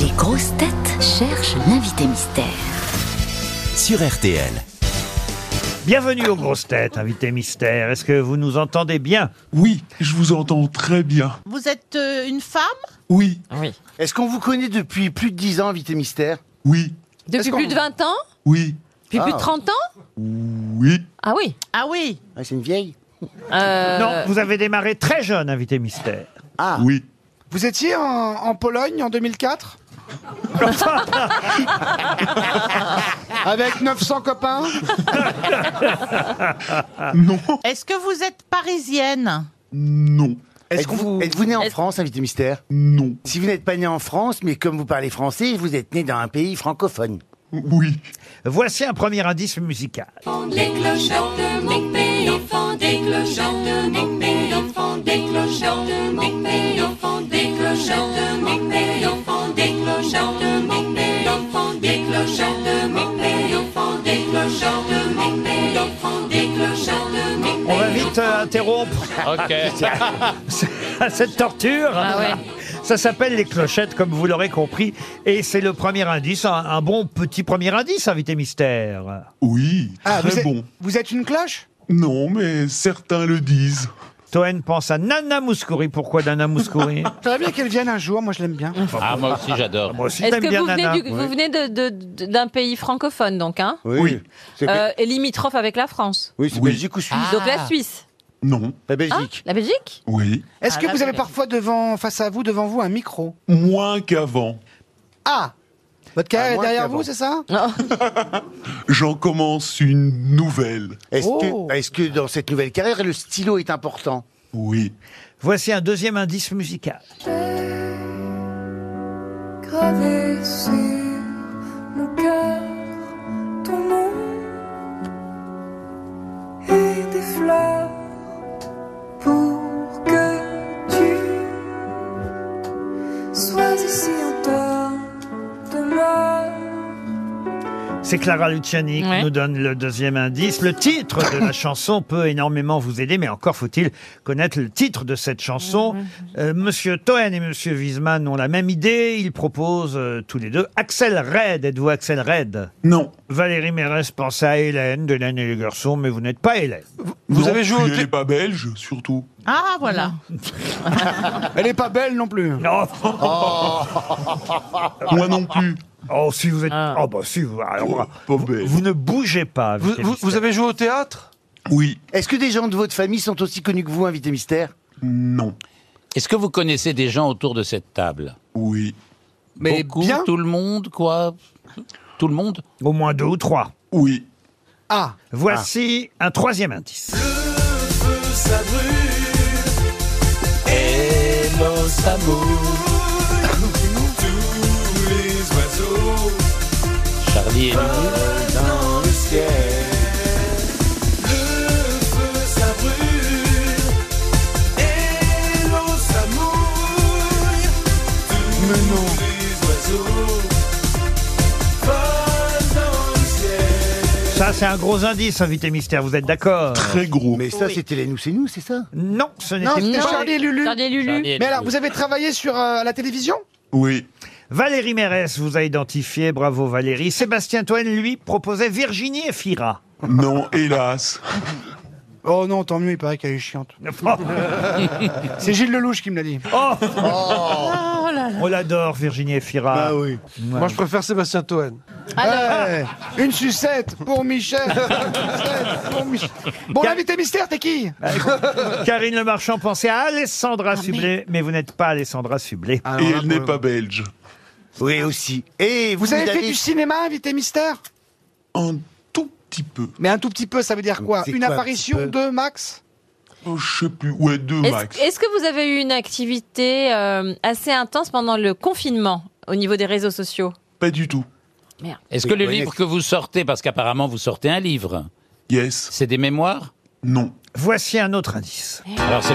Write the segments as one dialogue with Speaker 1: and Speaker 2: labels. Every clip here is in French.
Speaker 1: Les grosses têtes cherchent l'invité mystère.
Speaker 2: sur RTL.
Speaker 3: Bienvenue aux grosses têtes, invité mystère. Est-ce que vous nous entendez bien
Speaker 4: Oui, je vous entends très bien.
Speaker 5: Vous êtes euh, une femme
Speaker 4: Oui,
Speaker 6: Est-ce qu'on vous connaît depuis plus de 10 ans, Invité Mystère
Speaker 4: oui,
Speaker 7: Depuis plus de 20 ans
Speaker 4: oui,
Speaker 7: Depuis plus
Speaker 6: Ah.
Speaker 7: de 30 ans
Speaker 4: oui.
Speaker 7: Ah oui.
Speaker 5: Ah oui.
Speaker 6: Ah, C'est une vieille
Speaker 7: Euh,
Speaker 3: Non, vous avez démarré très jeune, invité mystère.
Speaker 6: Ah,
Speaker 4: Oui.
Speaker 8: Vous étiez en, en Pologne en 2004 Avec 900 copains
Speaker 4: Non,
Speaker 5: Est-ce que vous êtes parisienne
Speaker 4: non,
Speaker 6: est-ce
Speaker 8: qu'on
Speaker 6: vous...
Speaker 8: vous-
Speaker 6: Êtes-vous né en
Speaker 7: est-ce-
Speaker 6: France, Invité Mystère
Speaker 4: non,
Speaker 6: Si vous n'êtes pas né en France, mais comme vous parlez français, vous êtes né dans un pays francophone.
Speaker 4: oui,
Speaker 3: Voici un premier indice musical.
Speaker 9: Des clochettes de mon pays font des clochettes de mon pays font des clochettes de mon pays font des clochettes de mon pays font des clochettes de mon pays font des clochettes de mon pays font des clochettes de mon pays font des clochettes de mon
Speaker 3: On va vite euh, interrompre à cette torture.
Speaker 7: Ah ouais.
Speaker 3: Ça s'appelle les clochettes, comme vous l'aurez compris. Et c'est le premier indice, un, un bon petit premier indice, invité mystère.
Speaker 4: oui.
Speaker 8: Ah, vous
Speaker 4: très
Speaker 8: êtes,
Speaker 4: bon.
Speaker 8: vous êtes une cloche
Speaker 4: Non, mais certains le disent.
Speaker 3: Toen pense à Nana Mouskouri. Pourquoi Nana Mouskouri
Speaker 8: Ça va bien qu'elle vienne un jour, moi je l'aime bien.
Speaker 10: Ah, moi aussi, j'adore.
Speaker 3: Moi aussi,
Speaker 7: Est-ce
Speaker 3: j'aime
Speaker 7: que
Speaker 3: bien
Speaker 7: vous venez,
Speaker 3: Nana.
Speaker 7: du- vous venez de- de- de- d'un pays francophone, donc, hein
Speaker 6: Oui. C'est
Speaker 7: Euh, Et limitrophe avec la France Ah.
Speaker 6: oui, c'est
Speaker 4: Oui.
Speaker 6: Belgique ou Suisse
Speaker 7: Donc la Suisse
Speaker 4: Non,
Speaker 6: La
Speaker 7: Ah,
Speaker 6: Belgique.
Speaker 7: La Belgique
Speaker 4: oui.
Speaker 8: Est-ce
Speaker 5: Ah,
Speaker 8: que
Speaker 5: là,
Speaker 8: vous avez
Speaker 5: vous-
Speaker 8: parfois devant, face à vous, devant vous, un micro
Speaker 4: Moins qu'avant.
Speaker 8: Ah Votre carrière
Speaker 6: Ah,
Speaker 8: est
Speaker 6: moi,
Speaker 8: derrière
Speaker 6: qu'avant.
Speaker 8: vous, c'est ça
Speaker 7: Non.
Speaker 4: J'en commence une nouvelle.
Speaker 6: Est-ce
Speaker 8: Oh.
Speaker 6: que, est-ce que dans cette nouvelle carrière, le stylo est important
Speaker 4: Oui,
Speaker 3: Voici un deuxième indice musical.
Speaker 9: Gravé sur mon cœur ton nom et des fleurs pour que tu sois ici en temps de
Speaker 3: C'est Clara Luciani qui
Speaker 7: Ouais.
Speaker 3: nous donne le deuxième indice. Le titre de la chanson peut énormément vous aider, mais encore faut-il connaître le titre de cette chanson. Euh, monsieur Toen et Monsieur Wiesmann ont la même idée. Ils proposent euh, tous les deux Axel Red. Êtes-vous Axel Red
Speaker 4: non.
Speaker 3: Valérie Mérès pense à Hélène, de Hélène et les garçons, mais vous n'êtes pas Hélène.
Speaker 4: Vous avez joué Elle n'est pas belge, surtout.
Speaker 5: Ah voilà.
Speaker 8: Elle est pas belle non plus.
Speaker 3: Oh,
Speaker 4: Moi non plus.
Speaker 3: oh, si vous êtes. Oh, bah si vous. alors,
Speaker 4: Pas
Speaker 3: vous,
Speaker 4: belge.
Speaker 3: vous ne bougez pas. Vous, avez joué.
Speaker 4: Oui,
Speaker 6: Est-ce que des gens de votre famille sont aussi connus que vous, Invité Mystère
Speaker 4: non,
Speaker 10: Est-ce que vous connaissez des gens autour de cette table
Speaker 4: oui,
Speaker 8: Mais
Speaker 10: Beaucoup,
Speaker 8: bien
Speaker 10: tout le monde, quoi Tout le monde
Speaker 3: Au moins deux ou trois.
Speaker 4: oui,
Speaker 8: Ah
Speaker 3: Voici un troisième indice.
Speaker 10: Charlie et Lulu
Speaker 3: Ça, c'est un gros indice, invité mystère. Vous êtes d'accord
Speaker 4: très gros.
Speaker 6: Mais ça, c'était les nous, c'est nous, c'est ça
Speaker 3: Non, ce
Speaker 8: Non,
Speaker 3: n'était
Speaker 8: c'était
Speaker 3: pas.
Speaker 8: Charlie et Lulu.
Speaker 7: Regardez Lulu.
Speaker 10: Charlie et
Speaker 8: Mais alors,
Speaker 10: Lulu.
Speaker 8: vous avez travaillé sur euh, la télévision
Speaker 4: Oui,
Speaker 3: Valérie Mérès vous a identifié. Bravo, Valérie. Sébastien Toen, lui, proposait Virginie et Fira.
Speaker 4: non, hélas.
Speaker 8: Oh non, tant mieux, il paraît qu'elle est chiante.
Speaker 3: Oh,
Speaker 8: C'est Gilles Lelouch qui me l'a dit.
Speaker 3: on l'adore, Virginie et Fira.
Speaker 8: Ah oui. Moi, je préfère Sébastien Toen.
Speaker 7: Ah
Speaker 8: une sucette pour Michel. Une sucette pour Michel. Bon, l'invité mystère, t'es qui
Speaker 3: Karine Le Marchand pensait à Alessandra Sublet, Ah, mais... vous n'êtes pas Alessandra Sublet.
Speaker 4: Et elle n'est pas belge.
Speaker 6: Oui, aussi. Et vous,
Speaker 8: Vous avez fait du cinéma, invité mystère
Speaker 4: Un tout petit peu.
Speaker 8: Mais un tout petit peu, ça veut dire quoi
Speaker 6: C'est
Speaker 8: Une
Speaker 6: quoi, un
Speaker 8: apparition
Speaker 6: petit
Speaker 8: de Max
Speaker 4: Oh, je sais plus. Ouais, deux max.
Speaker 7: Est-ce est-ce que vous avez eu une activité euh, assez intense pendant le confinement au niveau des réseaux sociaux
Speaker 4: Pas du tout.
Speaker 10: Est-ce que le livre que vous sortez, parce qu'apparemment vous sortez un livre,
Speaker 4: Yes.
Speaker 10: c'est des mémoires
Speaker 4: Non.
Speaker 3: Voici un autre indice.
Speaker 10: Alors c'est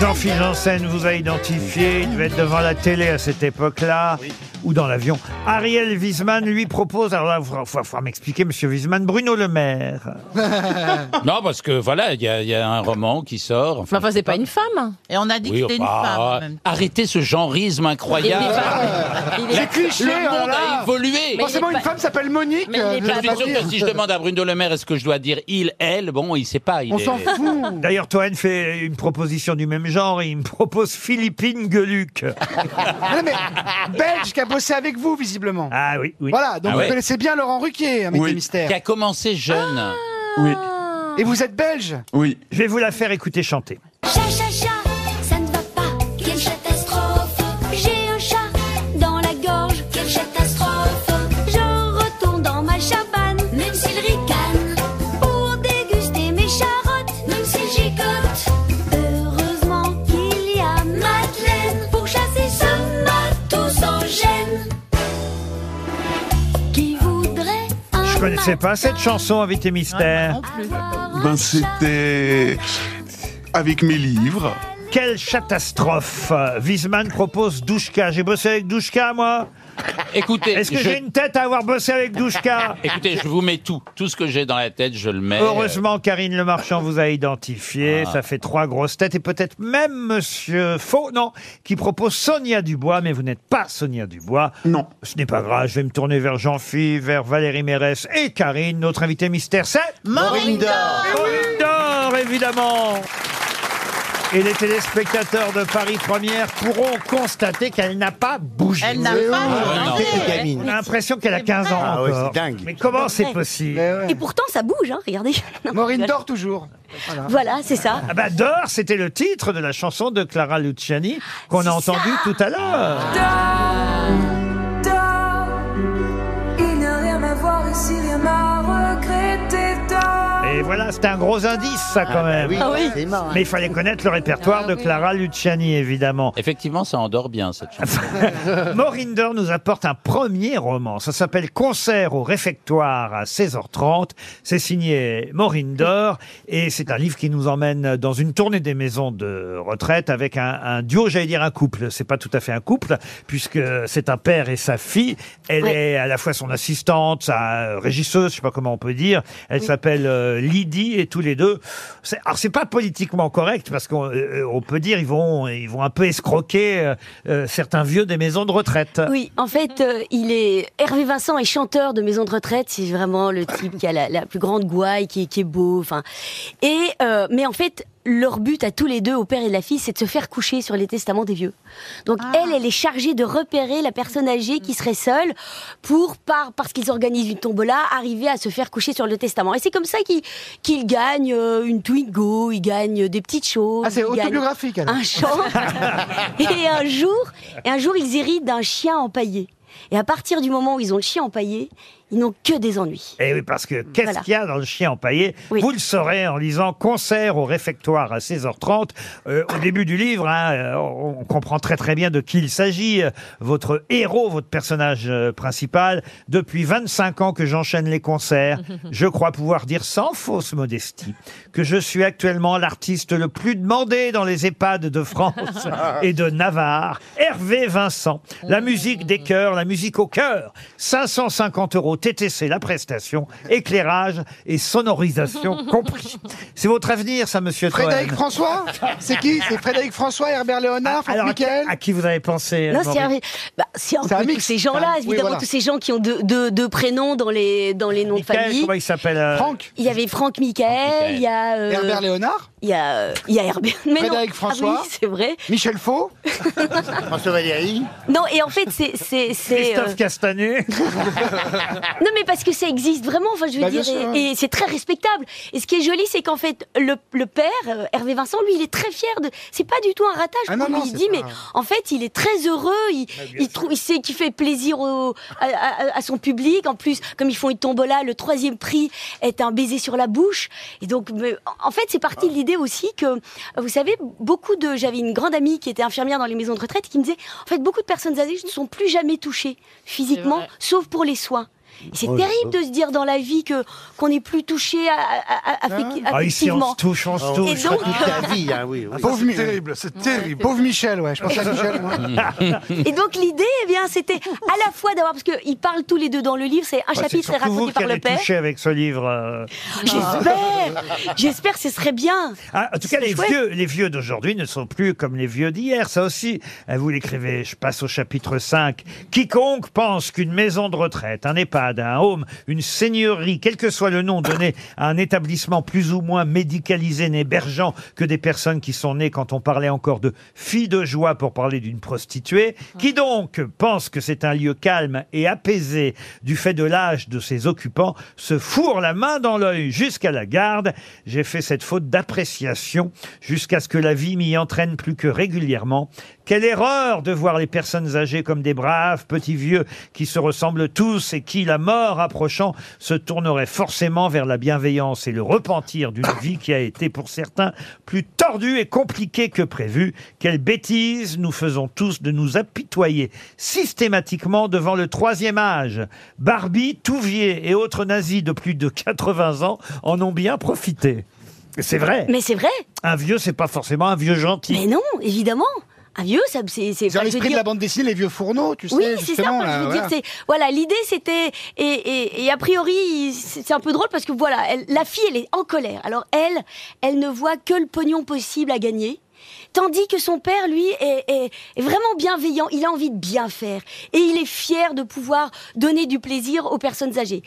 Speaker 3: Jean-Philippe Janssen vous a identifié, il devait être devant la télé à cette époque-là, ou dans l'avion. Ariel Wiesman lui propose, alors là, il va falloir m'expliquer, monsieur Wiesman, Bruno Le Maire.
Speaker 10: Non, parce que voilà, il y, a- il y a un roman qui sort.
Speaker 7: Mais
Speaker 10: enfin,
Speaker 7: enfin, c'est pas une femme. hein.
Speaker 5: Et on a dit
Speaker 10: oui, bah,
Speaker 5: que c'était
Speaker 10: enfin,
Speaker 5: une femme. en même temps.
Speaker 10: arrêtez ce genreisme
Speaker 7: Il est
Speaker 10: incroyable.
Speaker 7: pas- il est-
Speaker 8: C'est cliché,
Speaker 10: Le
Speaker 8: oh
Speaker 10: monde
Speaker 8: là
Speaker 10: a évolué.
Speaker 7: Mais il est
Speaker 8: Forcément,
Speaker 7: pas-
Speaker 8: une femme s'appelle Monique.
Speaker 7: Mais il est
Speaker 8: euh,
Speaker 10: Je
Speaker 7: pas-
Speaker 8: ça veut
Speaker 10: suis
Speaker 8: pas
Speaker 10: sûr que
Speaker 8: dire.
Speaker 10: si je demande à Bruno Le Maire est-ce que je dois dire il, elle, bon, il sait pas. Il
Speaker 8: On
Speaker 10: est-
Speaker 8: s'en fout.
Speaker 3: D'ailleurs, Toen fait une proposition du même genre, et il me propose Philippine Gueluc.
Speaker 8: Non, mais Belge qui a bossé avec vous, visiblement.
Speaker 3: Ah oui, oui.
Speaker 8: Voilà, donc
Speaker 10: Ah
Speaker 8: vous
Speaker 10: ouais.
Speaker 8: connaissez bien Laurent Ruquier, un
Speaker 4: Oui.
Speaker 10: Qui
Speaker 8: mystère.
Speaker 10: a commencé jeune.
Speaker 4: Oui,
Speaker 8: Et vous êtes belge
Speaker 4: oui.
Speaker 3: Je vais vous la faire écouter chanter.
Speaker 9: Cha cha cha, ça ne va pas, quelle catastrophe. J'ai un chat dans la gorge, quelle catastrophe. Je retourne dans ma chabane, même s'il ricane, pour déguster mes charottes, même s'il gigote. Heureusement qu'il y a Madeleine pour chasser ce matou sans gêne. Qui voudrait un
Speaker 3: Je connaissais pas cette chanson, Invité Mystère.
Speaker 4: Ben, c'était avec mes livres.
Speaker 3: Quelle catastrophe Wiesman propose Douchka. J'ai bossé avec Douchka, moi
Speaker 10: Écoutez,
Speaker 3: Est-ce que
Speaker 10: je-
Speaker 3: j'ai une tête à avoir bossé avec Douchka
Speaker 10: écoutez, je vous mets tout. Tout ce que j'ai dans la tête, je le mets.
Speaker 3: Heureusement, Karine Le Marchand vous a identifié. Ça fait trois grosses têtes et peut-être même Monsieur Faux, non, qui propose Sonia Dubois, mais vous n'êtes pas Sonia Dubois.
Speaker 4: Non.
Speaker 3: Ce n'est pas grave. Je vais me tourner vers Jean-Phi, vers Valérie Mérès et Karine. Notre invité mystère, c'est
Speaker 5: Maureen Dor.
Speaker 3: Pauline Dor, évidemment. Et les téléspectateurs de Paris Première pourront constater qu'elle n'a pas bougé.
Speaker 5: Elle n'a pas
Speaker 10: non.
Speaker 5: changé.
Speaker 3: On a l'impression qu'elle a 15 ans
Speaker 6: Ah ouais,
Speaker 3: encore.
Speaker 6: c'est dingue.
Speaker 3: Mais comment c'est possible
Speaker 8: Mais ouais. Ah,
Speaker 1: Et pourtant, ça bouge, hein, regardez. Non,
Speaker 8: Maureen
Speaker 1: voilà.
Speaker 8: dort toujours.
Speaker 1: Voilà, c'est ça.
Speaker 3: Ah bah Dor, c'était le titre de la chanson de Clara Luciani qu'on a entendu tout à l'heure.
Speaker 9: Il n'a rien à voir ici, rien à regretter. Ah
Speaker 3: Et voilà, c'était un gros indice ça quand même.
Speaker 7: Ah
Speaker 6: oui, c'est marrant.
Speaker 3: Mais il fallait connaître le répertoire de Clara Luciani évidemment.
Speaker 10: Effectivement, ça endort bien cette
Speaker 3: Ah,
Speaker 10: chanson.
Speaker 3: Maureen Dor nous apporte un premier roman. Ça s'appelle Concert au réfectoire à 16h30. C'est signé Maureen Dor et c'est un livre qui nous emmène dans une tournée des maisons de retraite avec un, un duo, j'allais dire un couple. C'est pas tout à fait un couple puisque euh, c'est un père et sa fille. Elle est à la fois son assistante, sa régisseuse, je sais pas comment on peut dire. Elle s'appelle euh, Lydie et tous les deux. c'est- Alors c'est pas politiquement correct parce qu'on euh, on peut dire ils vont ils vont un peu escroquer euh, euh, certains vieux des maisons de retraite.
Speaker 1: Oui, en fait, euh, il est Hervé Vincent est chanteur de maison de retraite. C'est vraiment le type qui a la, la plus grande gouaille, qui, est- qui est beau. Enfin, et euh, mais en fait, leur but à tous les deux, au père et la fille, c'est de se faire coucher sur les testaments des vieux. Donc
Speaker 8: Ah.
Speaker 1: elle, elle est chargée de repérer la personne âgée qui serait seule pour par parce qu'ils organisent une tombola, arriver à se faire coucher sur le testament. Et c'est comme ça qu'ils qu'ils gagnent euh, une Twingo, ils gagnent des petites choses.
Speaker 8: Ah, c'est
Speaker 1: ils gagnent-
Speaker 8: autobiographique, alors.
Speaker 1: un champ. et un jour, et un jour, ils héritent d'un chien empaillé. Et à partir du moment où ils ont le chien empaillé, ils n'ont que des ennuis.
Speaker 3: Et Eh oui, parce que qu'est-ce
Speaker 1: Voilà.
Speaker 3: qu'il y a dans le chien empaillé
Speaker 1: Oui.
Speaker 3: Vous le saurez en lisant Concert au réfectoire à 16h30. Euh, au début du livre, hein, euh, on on comprend très très bien de qui il s'agit. Euh, Votre héros, votre personnage euh, principal, depuis 25 ans que j'enchaîne les concerts, je crois pouvoir dire sans fausse modestie que je suis actuellement l'artiste le plus demandé dans les EHPAD de France et de Navarre. Hervé Vincent, la musique des cœurs, la musique au cœur. 550 euros TTC la prestation, éclairage et sonorisation compris. C'est votre avenir, ça, monsieur
Speaker 8: Frédéric
Speaker 3: Toen.
Speaker 8: François C'est qui C'est Frédéric François, Herbert Léonard, Franck
Speaker 3: Ah, Alors, à qui,
Speaker 8: Michael
Speaker 3: à qui vous avez pensé
Speaker 1: Non,
Speaker 3: Maurice
Speaker 1: c'est un, bah, c'est un
Speaker 8: C'est un
Speaker 1: peu tous
Speaker 8: mix,
Speaker 1: ces
Speaker 8: quand
Speaker 1: gens-là,
Speaker 8: même. Oui,
Speaker 1: évidemment,
Speaker 8: voilà.
Speaker 1: tous ces gens qui ont deux, deux, deux prénoms dans les, dans les noms de
Speaker 3: Michael,
Speaker 1: famille.
Speaker 3: comment il s'appelle euh,
Speaker 8: Franck
Speaker 1: Il y avait Franck Michael, il y a. euh,
Speaker 8: Herbert Léonard
Speaker 1: il y a, euh, il y a Herbert. Mais non.
Speaker 8: Frédéric
Speaker 1: Ah
Speaker 8: François.
Speaker 1: oui, c'est vrai.
Speaker 8: Michel Faux
Speaker 6: François Valéry,
Speaker 1: Non, et en fait, c'est. c'est- c'est, euh,
Speaker 3: Christophe Castanet
Speaker 1: Non, mais parce que ça existe vraiment, enfin, je veux
Speaker 8: Bah, bien
Speaker 1: dire,
Speaker 8: sûr,
Speaker 1: et, et c'est très respectable. Et ce qui est joli, c'est qu'en fait, le, le père, euh, Hervé Vincent, lui, il est très fier de. C'est pas du tout un ratage.
Speaker 8: Ah non,
Speaker 1: pour lui.
Speaker 8: non,
Speaker 1: il
Speaker 8: c'est
Speaker 1: dit,
Speaker 8: pas
Speaker 1: mais
Speaker 8: un-
Speaker 1: en fait, il est très heureux, il, il, trouve- il sait qu'il fait plaisir au- à, à- à son public. En plus, comme ils font une tombola, le troisième prix est un baiser sur la bouche. Et donc, mais, en fait, c'est parti de
Speaker 3: Ah.
Speaker 1: l'idée aussi que, euh, vous savez, beaucoup de. J'avais une grande amie qui était infirmière dans les maisons de retraite et qui me disait, en fait, beaucoup de personnes âgées ne sont plus jamais touchées
Speaker 7: C'est
Speaker 1: physiquement,
Speaker 7: vrai.
Speaker 1: sauf pour les soins. Et C'est
Speaker 3: Oh,
Speaker 1: terrible
Speaker 3: je-
Speaker 1: de se dire dans la vie que qu'on n'est plus touché à- à- à- affecti-
Speaker 3: Ah, ici, on
Speaker 1: affectivement.
Speaker 3: se touche, on se
Speaker 1: Ah, Et
Speaker 3: touche. Ah,
Speaker 1: donc-
Speaker 6: hein,
Speaker 8: Pauvre Mi- terrible, c'est terrible. Pauvre Michel, ouais, je pense à Michel. moi.
Speaker 1: Et donc l'idée, eh bien, c'était à la fois d'avoir, parce qu'ils parlent tous les deux dans le livre, c'est un
Speaker 3: Bah, c'est
Speaker 1: chapitre est
Speaker 3: surtout vous
Speaker 1: raconté
Speaker 3: qui
Speaker 1: par le
Speaker 3: allez
Speaker 1: père.
Speaker 3: toucher avec ce livre. euh.
Speaker 1: J'espère, j'espère, que ce serait bien.
Speaker 3: Ah, en tout cas, les
Speaker 1: chouette.
Speaker 3: vieux, les vieux d'aujourd'hui ne sont plus comme les vieux d'hier. Ça aussi, euh, vous l'écrivez, je passe au chapitre 5. Quiconque pense qu'une maison de retraite, un EHPAD, un home, une seigneurie, quel que soit le nom donné à un établissement plus ou moins médicalisé, n'hébergeant que des personnes qui sont nées quand on parlait encore de filles de joie pour parler d'une prostituée, qui donc pense que c'est un lieu calme et apaisé du fait de l'âge de ses occupants, se fourre la main dans l'œil jusqu'à la garde. J'ai fait cette faute d'appréciation jusqu'à ce que la vie m'y entraîne plus que régulièrement. Quelle erreur de voir les personnes âgées comme des braves petits vieux qui se ressemblent tous et qui, la mort approchant, se tourneraient forcément vers la bienveillance et le repentir d'une vie qui a été pour certains plus tordue et compliquée que prévu. Quelle bêtise nous faisons tous de nous apitoyer systématiquement devant le troisième âge. Barbie, Touvier et autres nazis de plus de 80 ans en ont bien profité. C'est vrai.
Speaker 1: Mais c'est vrai.
Speaker 3: Un vieux, c'est pas forcément un vieux gentil.
Speaker 1: Mais non, évidemment. Un vieux, ça, c'est. c'est- enfin,
Speaker 8: Dans
Speaker 1: Bah, je veux
Speaker 8: l'esprit de
Speaker 1: dire-
Speaker 8: la bande dessinée, les vieux fourneaux, tu sais.
Speaker 1: oui, c'est ça.
Speaker 8: justement,
Speaker 1: moi,
Speaker 8: là,
Speaker 1: je veux
Speaker 8: voilà.
Speaker 1: dire, c'est voilà, l'idée c'était et, et- et a priori c'est c'est un peu drôle parce que voilà, elle- la fille elle est en colère. Alors elle, elle ne voit que le pognon possible à gagner. Tandis que son père, lui, est, est- est vraiment bienveillant, il a envie de bien faire. Et il est fier de pouvoir donner du plaisir aux personnes âgées.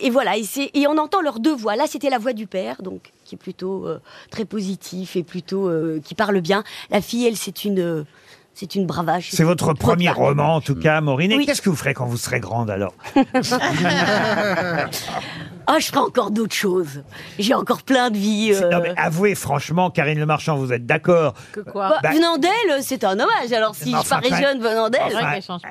Speaker 1: Et voilà, et, c'est- et on entend leurs deux voix. Là, c'était la voix du père, donc qui est plutôt euh, très positif et plutôt euh, qui parle bien. La fille, elle, c'est une, euh, c'est une bravache.
Speaker 3: C'est votre premier
Speaker 1: Brave.
Speaker 3: roman, en tout cas, Maureen. Et qu'est-ce que vous ferez quand vous serez grande, alors
Speaker 1: Euh, Ah, je ferai encore d'autres choses. J'ai encore plein de vie. euh.
Speaker 3: Non, mais ah, avouez, franchement, Karine Le Marchand, vous êtes d'accord
Speaker 1: Que quoi
Speaker 3: Bah-
Speaker 1: Venant d'elle, c'est un hommage. Alors si
Speaker 3: Mais
Speaker 1: je
Speaker 3: enfin,
Speaker 1: parais
Speaker 3: quand
Speaker 1: jeune,
Speaker 3: même- Ah,
Speaker 1: venant d'elle.
Speaker 3: Enfin,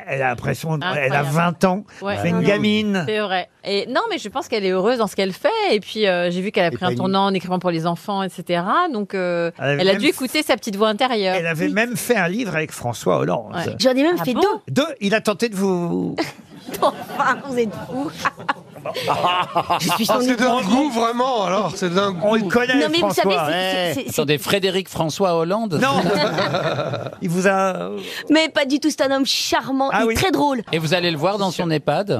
Speaker 3: elle a l'impression, de- elle a 20 ans,
Speaker 7: Ouais.
Speaker 3: c'est une gamine.
Speaker 7: C'est vrai. Et non, mais je pense qu'elle est heureuse dans ce qu'elle fait. Et puis, euh, j'ai vu qu'elle a pris un
Speaker 3: pas
Speaker 7: tournant en écrivant pour les enfants, etc. Donc, euh,
Speaker 3: Elle avait
Speaker 7: elle a
Speaker 3: même
Speaker 7: dû écouter sa petite voix intérieure.
Speaker 3: Elle avait même fait un livre avec François Hollande.
Speaker 7: Ouais. J'en ai même Ah fait bon deux.
Speaker 3: Deux, il a tenté de vous...
Speaker 1: enfin, vous êtes fous.
Speaker 10: Je suis son
Speaker 8: Ah, c'est d'un goût, vraiment, alors. C'est d'un goût.
Speaker 3: On le connaît,
Speaker 1: Non, mais vous savez, François, c'est-
Speaker 3: eh.
Speaker 1: ouais. c'est- c'est-
Speaker 10: Attendez, Frédéric François Hollande
Speaker 3: Non Il vous a...
Speaker 1: Mais pas du tout, c'est un homme charmant
Speaker 3: Ah
Speaker 1: et très drôle.
Speaker 10: Et vous allez le voir dans son EHPAD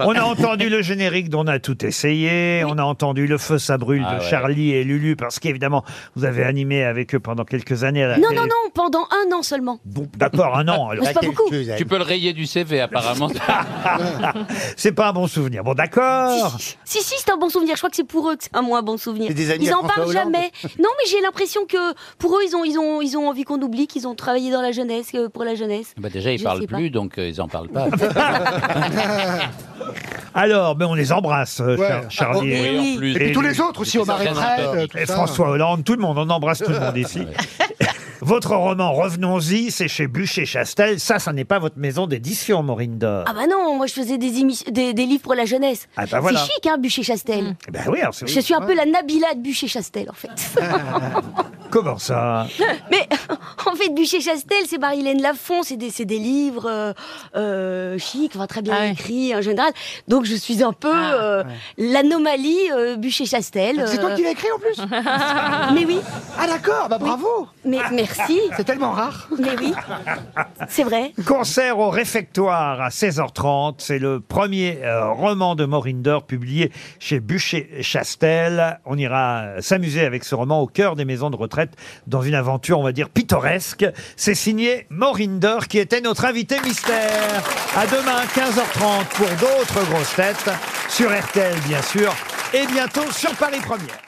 Speaker 3: On a entendu le générique dont on a tout essayé. On a entendu Le Feu, ça brûle
Speaker 10: Ah
Speaker 3: de
Speaker 10: ouais.
Speaker 3: Charlie et Lulu, parce qu'évidemment, vous avez animé avec eux pendant quelques années. à la
Speaker 1: Non,
Speaker 3: télé.
Speaker 1: non, non, pendant un an seulement.
Speaker 3: Bon, d'accord, un an. alors.
Speaker 1: Mais c'est pas beaucoup.
Speaker 10: Bah, Tu peux le rayer du CV, apparemment.
Speaker 3: C'est pas un bon souvenir. Bon, d'accord.
Speaker 1: Si, si, c'est un bon souvenir. Je crois que c'est pour eux que c'est un moins bon souvenir.
Speaker 3: C'est des amis
Speaker 1: ils
Speaker 3: à
Speaker 1: en
Speaker 3: François
Speaker 1: parlent
Speaker 3: Hollande.
Speaker 1: jamais. Non, mais j'ai l'impression que pour eux, ils ont, ils ont, ils ont envie qu'on oublie qu'ils ont travaillé dans la jeunesse, euh, pour la jeunesse.
Speaker 10: Bah, déjà, ils
Speaker 1: Je
Speaker 10: parlent
Speaker 1: sais pas.
Speaker 10: plus, donc euh, ils en parlent pas.
Speaker 3: Alors, mais on les embrasse, euh,
Speaker 8: Ouais.
Speaker 3: Char- Charlie.
Speaker 8: Ah,
Speaker 1: oh,
Speaker 8: oui, oui. Et puis tous les autres aussi, au Marais de Rennes, euh, tout
Speaker 3: Et
Speaker 8: ça.
Speaker 3: François Hollande, tout le monde, on embrasse tout le monde ici. Votre roman, revenons-y, c'est chez Bûcher Chastel. Ça, ça n'est pas votre maison d'édition, Maureen Dor.
Speaker 1: Ah bah non, moi je faisais des, émis- des, des livres pour la jeunesse.
Speaker 3: Ah bah voilà.
Speaker 1: C'est chic, hein, Bûcher-Chastel.
Speaker 3: Eh ben oui, alors c'est-
Speaker 1: Je suis un peu la Nabila de Bûcher-Chastel, en fait.
Speaker 3: Comment ça
Speaker 1: Mais en fait, Bûcher-Chastel, c'est Marie-Hélène Lafont, c'est des, c'est des livres euh, euh, chics, enfin, très bien écrits en général. Donc je suis un peu euh, l'anomalie euh, Bûcher-Chastel.
Speaker 8: C'est toi qui l'as écrit en plus
Speaker 1: Mais oui.
Speaker 8: Ah d'accord, bah bravo
Speaker 1: Mais merci.
Speaker 8: C'est tellement rare
Speaker 1: Mais oui, c'est vrai.
Speaker 3: Concert au réfectoire à 16h30, c'est le premier euh, roman de Maureen Dor publié chez Bûcher Chastel. On ira euh, s'amuser avec ce roman au cœur des maisons de retraite dans une aventure, on va dire, pittoresque. C'est signé Maureen Dor qui était notre invité mystère. À demain 15h30 pour d'autres grosses têtes sur RTL bien sûr et bientôt sur Paris Première.